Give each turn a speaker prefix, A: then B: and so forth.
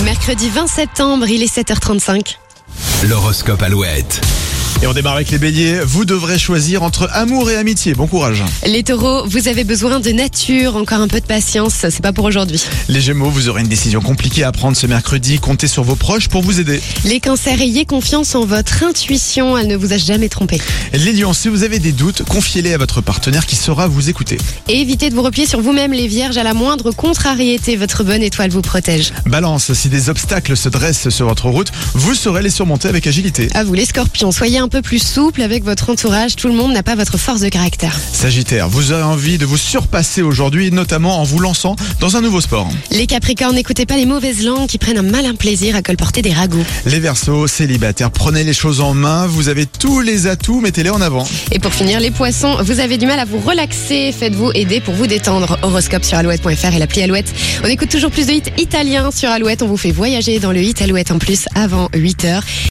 A: mercredi 20 septembre, il est 7h35.
B: L'horoscope Alouette.
C: Et on démarre avec les béliers. Vous devrez choisir entre amour et amitié. Bon courage.
A: Les taureaux, vous avez besoin de nature, encore un peu de patience, c'est pas pour aujourd'hui.
C: Les gémeaux, vous aurez une décision compliquée à prendre ce mercredi. Comptez sur vos proches pour vous aider.
A: Les cancers, ayez confiance en votre intuition, elle ne vous a jamais trompé.
C: Les lions, si vous avez des doutes, confiez-les à votre partenaire qui saura vous écouter.
A: Et évitez de vous replier sur vous-même, les vierges, à la moindre contrariété, votre bonne étoile vous protège.
C: Balance, si des obstacles se dressent sur votre route, vous saurez les surmonter avec agilité.
A: À vous les scorpions, soyez un peu plus souple avec votre entourage, tout le monde n'a pas votre force de caractère.
C: Sagittaire, vous aurez envie de vous surpasser aujourd'hui, notamment en vous lançant dans un nouveau sport.
A: Les capricornes, n'écoutez pas les mauvaises langues qui prennent un malin plaisir à colporter des ragots.
C: Les versos, célibataires, prenez les choses en main. Vous avez tous les atouts, mettez-les en avant.
A: Et pour finir, les poissons, vous avez du mal à vous relaxer, faites-vous aider pour vous détendre. Horoscope sur alouette.fr et l'appli Alouette. On écoute toujours plus de hits italiens sur Alouette, on vous fait voyager dans le hit Alouette en plus avant 8h.